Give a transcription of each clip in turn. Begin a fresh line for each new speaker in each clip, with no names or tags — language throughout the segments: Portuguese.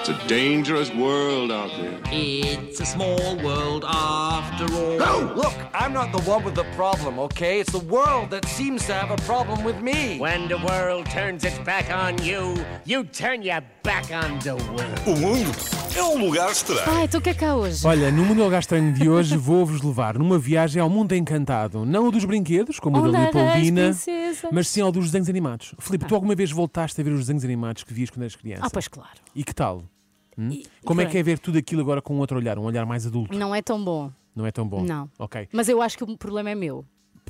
It's a dangerous world out there.
It's a small world after all.
Look, I'm not the one with the problem, okay? It's the world that seems to have a problem with me.
When the world turns its back on you, you turn your back on the world.
O mundo é um lugar estranho.
Ah, então o que é que há hoje?
Olha, no Mundo Lugar Estranho de hoje vou-vos levar numa viagem ao mundo encantado. Não o dos brinquedos, como o
Onde
da Leopoldina,
arraias, princesa?
mas sim ao dos desenhos animados. Filipe, tu alguma vez voltaste a ver os desenhos animados que vias quando eras criança?
Ah, pois claro.
E que tal?
E-
Como é
pronto.
que é ver tudo aquilo agora com outro olhar, um olhar mais adulto?
Não é tão bom.
Não é tão bom?
Não.
Ok,
Mas eu acho que o problema é meu.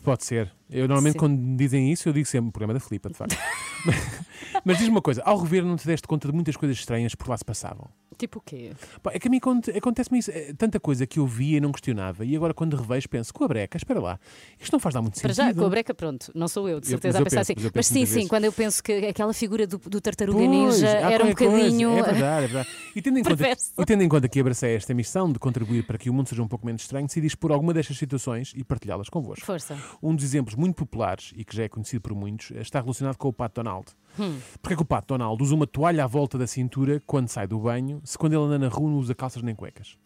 pode ser. Eu normalmente
Sim.
quando me dizem isso, eu digo sempre o problema da Filipa, de facto. mas diz-me uma coisa, ao rever não te deste conta de muitas coisas estranhas que por lá se passavam?
Tipo o quê?
Pá, é que a mim aconte- acontece-me isso. É tanta coisa que eu via e não questionava, e agora quando revejo penso, com a breca, espera lá, isto não faz dar muito
Para
sentido.
já, com a breca, pronto, não sou eu, de
Eu- mas
certeza,
eu
a
penso,
pensar
mas
assim.
eu
Mas
penso
sim,
muitas
sim,
vezes.
quando eu penso que aquela figura do, do tartaruga
Pois,
ninja
há
era um
qualquer coisa.
bocadinho.
É verdade, é verdade. E tendo, em conta,
perverso.
e tendo em conta que abracei esta missão de contribuir para que o mundo seja um pouco menos estranho, decidi por alguma destas situações e partilhá-las convosco.
Força.
Um dos exemplos muito populares e que já é conhecido por muitos está relacionado com o Pato Donald.
Hum.
Porque é que o Pato Donald usa uma toalha à volta da cintura quando sai do banho, se quando ele anda na rua não usa calças nem cuecas?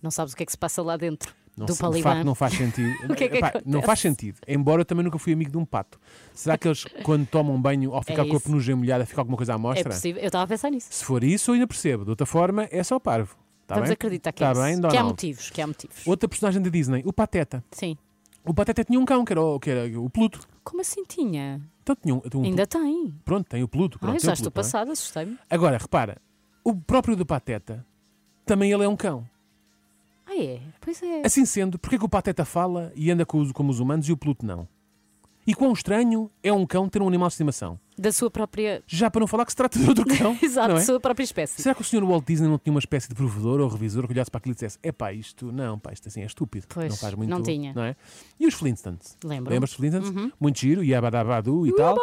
Não sabes o que é que se passa lá dentro
Não
do
se- de facto,
Palibã.
não faz sentido.
O que é que
Epá, não
acontece?
faz sentido. Embora eu também nunca fui amigo de um pato. Será que eles, quando tomam banho, ao ficar o corpo
É isso.
no gelo molhado, fica alguma coisa à
É
mostra?
possível, eu estava a pensar nisso.
Se for isso, eu ainda percebo. De outra forma, é só parvo. Tá
Vamos
bem?
acreditar que,
Tá
é isso.
bem,
que há
Donald?
motivos, que há motivos.
Outra personagem da Disney, o Pateta.
Sim.
O Pateta tinha um cão, que era o, que era o Pluto.
Como assim tinha?
Então tinha um, um
Ainda tem.
Pronto, tem o Pluto. Pronto,
Ai,
tem
já
o
estou
Pluto, não é?
passada, assustei-me.
Agora, repara, o próprio do Pateta, também ele é um cão.
Ah, é? Pois é.
Assim sendo, porquê que o Pateta fala e anda com os, como os humanos e o Pluto não? E quão estranho é um cão ter um animal de estimação?
Da sua própria.
Já para não falar que se trata de outro cão.
Exato,
não
da
é?
sua própria espécie.
Será que o Sr. Walt Disney não tinha uma espécie de provedor ou revisor que olhasse para aquilo e dissesse: é pá, isto não, pá, isto assim é estúpido.
Pois,
não faz muito.
não tinha. Uhum.
é? E os Flintstones?
Lembro.
Lembras de Flintstones? Muito giro, Yabadabadu e tal.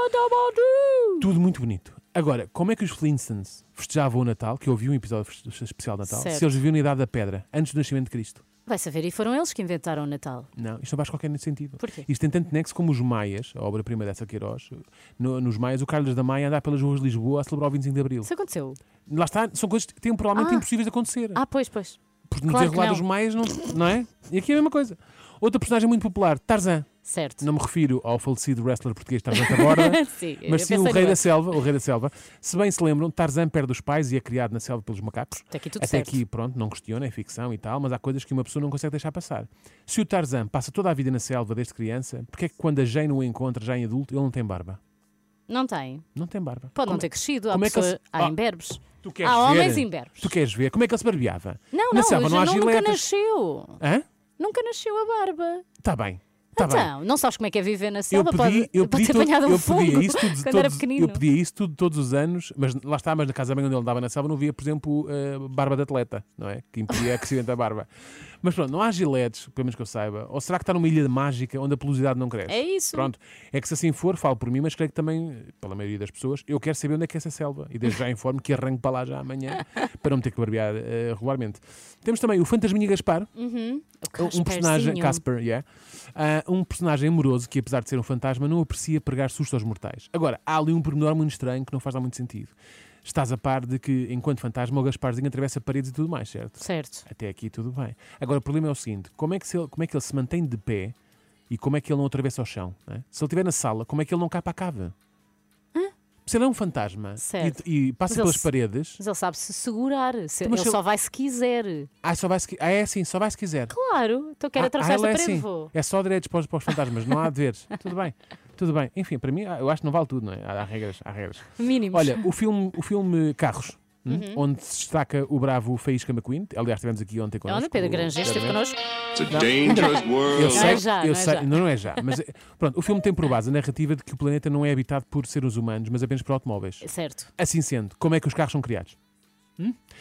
Tudo muito bonito. Agora, como é que os Flintstones festejavam o Natal, que eu ouvi um episódio feste- especial de Natal,
Certo.
se eles viviam na Idade da Pedra, antes do nascimento de Cristo?
Vai saber, e foram eles que inventaram o Natal.
Não, isto não faz qualquer sentido.
Porquê?
Isto tem tanto nexo como os Maias, a obra-prima dessa Queiroz. No- nos Maias, o Carlos da Maia andar pelas ruas de Lisboa a celebrar o 25 de Abril.
Isso aconteceu.
Lá está, são coisas temporalmente
Ah.
impossíveis de acontecer.
Ah, pois, pois.
Porque no
Claro que
desenrolar
não.
dos maias, não, não é? E aqui é a mesma coisa. Outra personagem muito popular, Tarzan.
Certo.
Não me refiro ao falecido wrestler português Tarzan Taborda,
Sim, eu
mas sim o
pensei
rei
no
da
outro.
selva. O rei da selva. Se bem se lembram, Tarzan perde os pais e é criado na selva pelos macacos.
Até aqui tudo
Até
certo.
aqui, pronto, não questiona, é ficção e tal, mas há coisas que uma pessoa não consegue deixar passar. Se o Tarzan passa toda a vida na selva desde criança, porque é que quando a Jane o encontra já em adulto, ele não tem barba?
Não tem.
Não tem barba.
Pode não
Como-
ter crescido. Há,
como é que
pessoas...
eles-
há
Ah,
imberbes.
Tu queres
Há
ver?
homens imberbes.
Tu queres ver? Como é que ele se barbeava?
Não,
na
não,
selva não há
não nunca
giletas.
nasceu.
Hã?
Nunca nasceu a barba.
Está bem. Está Tá bem.
então, não sabes como é que é viver na
Eu
selva?
pedi,
pode,
eu pedi,
pode ter
todo-
apanhado um
eu
fungo
pedi isso tudo
quando
todos,
era pequenino. Um
eu pedia isso tudo todos os anos, mas lá está, mas na casa bem onde ele andava na selva não via, por exemplo, eh, barba de atleta, não é? Que impedia crescimento da barba. Mas pronto, não há giletes, pelo menos que eu saiba. Ou será que está numa ilha mágica onde a pelosidade não cresce?
É isso.
Pronto, é que se assim for, falo por mim, mas creio que também, eh, pela maioria das pessoas, eu quero saber onde é que é essa selva e desde já informo que arranco para lá já amanhã para não me ter que barbear eh, regularmente. Temos também o Fantasminha Gaspar,
O
um personagem,
Casperzinho.
Casper, yeah. Ah, um personagem amoroso que, apesar de ser um fantasma, não aprecia pregar susto aos mortais. Agora, há ali um pormenor muito estranho que não faz lá muito sentido. Estás a par de que, enquanto fantasma, o Gasparzinho atravessa paredes e tudo mais, certo?
Certo.
Até aqui tudo bem. Agora, o problema é o seguinte: como é que, se ele, como é que ele se mantém de pé e como é que ele não atravessa o chão? não é? Se ele estiver na sala, como é que ele não cai para a cava? Se ele é um fantasma e-
Certo.
e, passa
Mas ele
pelas
se- Hum?
paredes,
Mas ele sabe se segurar. Se-
Então, Mas
ele
se
só
ele-
vai se quiser.
ah, só vai se, qui- ah, é assim, só vai se quiser.
Claro, então quero
Ah,
atravessar
ah,
esta
ela é
parede,
assim.
vou.
É só direitos para os, para os fantasmas, não há deveres. tudo bem, tudo bem. Enfim, para mim, ah, eu acho que não vale tudo, não é? Há, há regras, há regras.
Mínimos.
Olha, o filme, o filme Carros, hum,
Uhum.
onde se destaca o bravo Faísca McQueen, aliás, estivemos aqui ontem connosco.
Olha, é Pedro Granger esteve connosco.
It's a dangerous
Eu
world.
Não
sei,
é já,
eu
não é
sei-
já.
não é já, mas eh, pronto, o filme tem por base a narrativa de que o planeta não é habitado por seres humanos, mas apenas por automóveis.
Certo.
Assim sendo, como é que os carros são criados?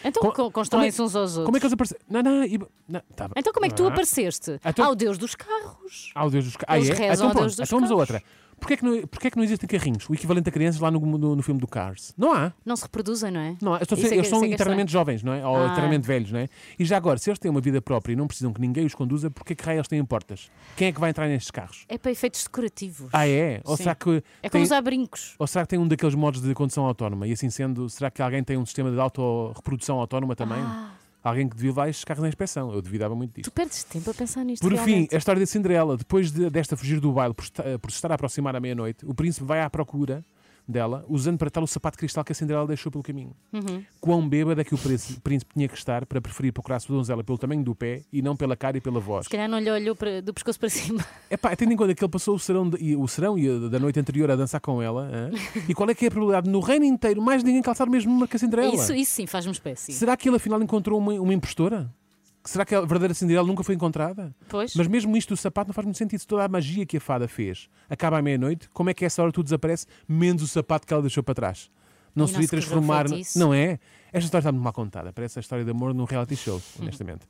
Então
Co-
co- constroem-se
como
uns aos outros.
Como é que eles apareceram? Não, não, e- não, tá bem.
Então como é que tu
Ah.
apareceste?
Então-
Ao Deus dos carros.
Ao Deus dos carros. Ah,
Eles
é?
rezam
então,
ao
pronto,
Deus dos
então vamos a
carros.
outra. Porquê é, que não, porquê é que não existem carrinhos, o equivalente a crianças lá no, no, no filme do Cars? Não há.
Não se reproduzem, não é?
Não há. Eles, estão
Isso é
sempre-
que-
eles
isso
são
é que é
eternamente jovens, não é? Ou
Ah.
eternamente velhos, não é? E já agora, se eles têm uma vida própria e não precisam que ninguém os conduza, porquê que raio eles têm portas? Quem é que vai entrar nestes carros?
É para efeitos decorativos.
Ah, é? Ou
Sim.
será que.
É como
tem-
usar brincos.
Ou será que tem um daqueles modos de condução autónoma? E assim sendo, será que alguém tem um sistema de autorreprodução autónoma também?
Ah.
Alguém que devia levar estes carros na inspeção. Eu duvidava muito disso.
Tu perdes tempo a pensar nisto.
Por fim,
realmente.
a história de Cinderela. Depois de- desta fugir do baile por, esta- por se estar a aproximar à meia-noite, o príncipe vai à procura dela, usando para tal o sapato de cristal que a Cinderela deixou pelo caminho.
Uhum.
Quão bêbada é que o príncipe, príncipe tinha que estar para preferir procurar a sua donzela pelo tamanho do pé e não pela cara e pela voz?
Se calhar não lhe olhou para- do pescoço para cima.
Epá, tendo em conta que ele passou o serão, de- e- o serão e a- da noite anterior a dançar com ela, hã? e qual é que é a probabilidade no reino inteiro mais ninguém calçar o mesmo número que a Cinderela?
Isso, isso sim, faz-me espécie.
Será que ele afinal encontrou uma, uma impostora? Que Será que a verdadeira Cinderela nunca foi encontrada?
Pois.
Mas mesmo isto do sapato não faz muito sentido. Se Toda a magia que a fada fez acaba à meia-noite, como é que a essa hora tudo desaparece, menos o sapato que ela deixou para trás? Não
E
se
não
devia
se quis
transformar.
refletir
Não é? Esta história está muito mal contada. Parece a história de amor num reality show,
Hum.
honestamente.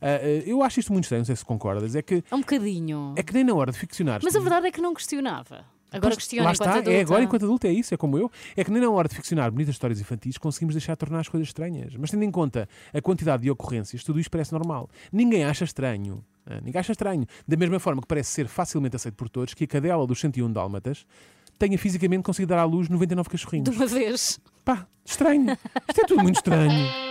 Ah, ah, eu acho isto muito estranho, não sei se concordas. É que,
É um bocadinho.
é que nem na hora de ficcionar.
Mas a verdade é que não questionava. Agora
Pois,
questiona
Lá
enquanto
está,
adulta.
é agora enquanto adulto, é isso, é como eu. É que nem na hora de ficcionar bonitas histórias infantis conseguimos deixar de tornar as coisas estranhas. Mas tendo em conta a quantidade de ocorrências, tudo isto parece normal. Ninguém acha estranho. ah, Ninguém acha estranho. Da mesma forma que parece ser facilmente aceito por todos que a cadela dos 101 dálmatas tenha fisicamente conseguido dar à luz 99 cachorrinhos.
De uma vez.
Pá, estranho. Isto é tudo muito estranho.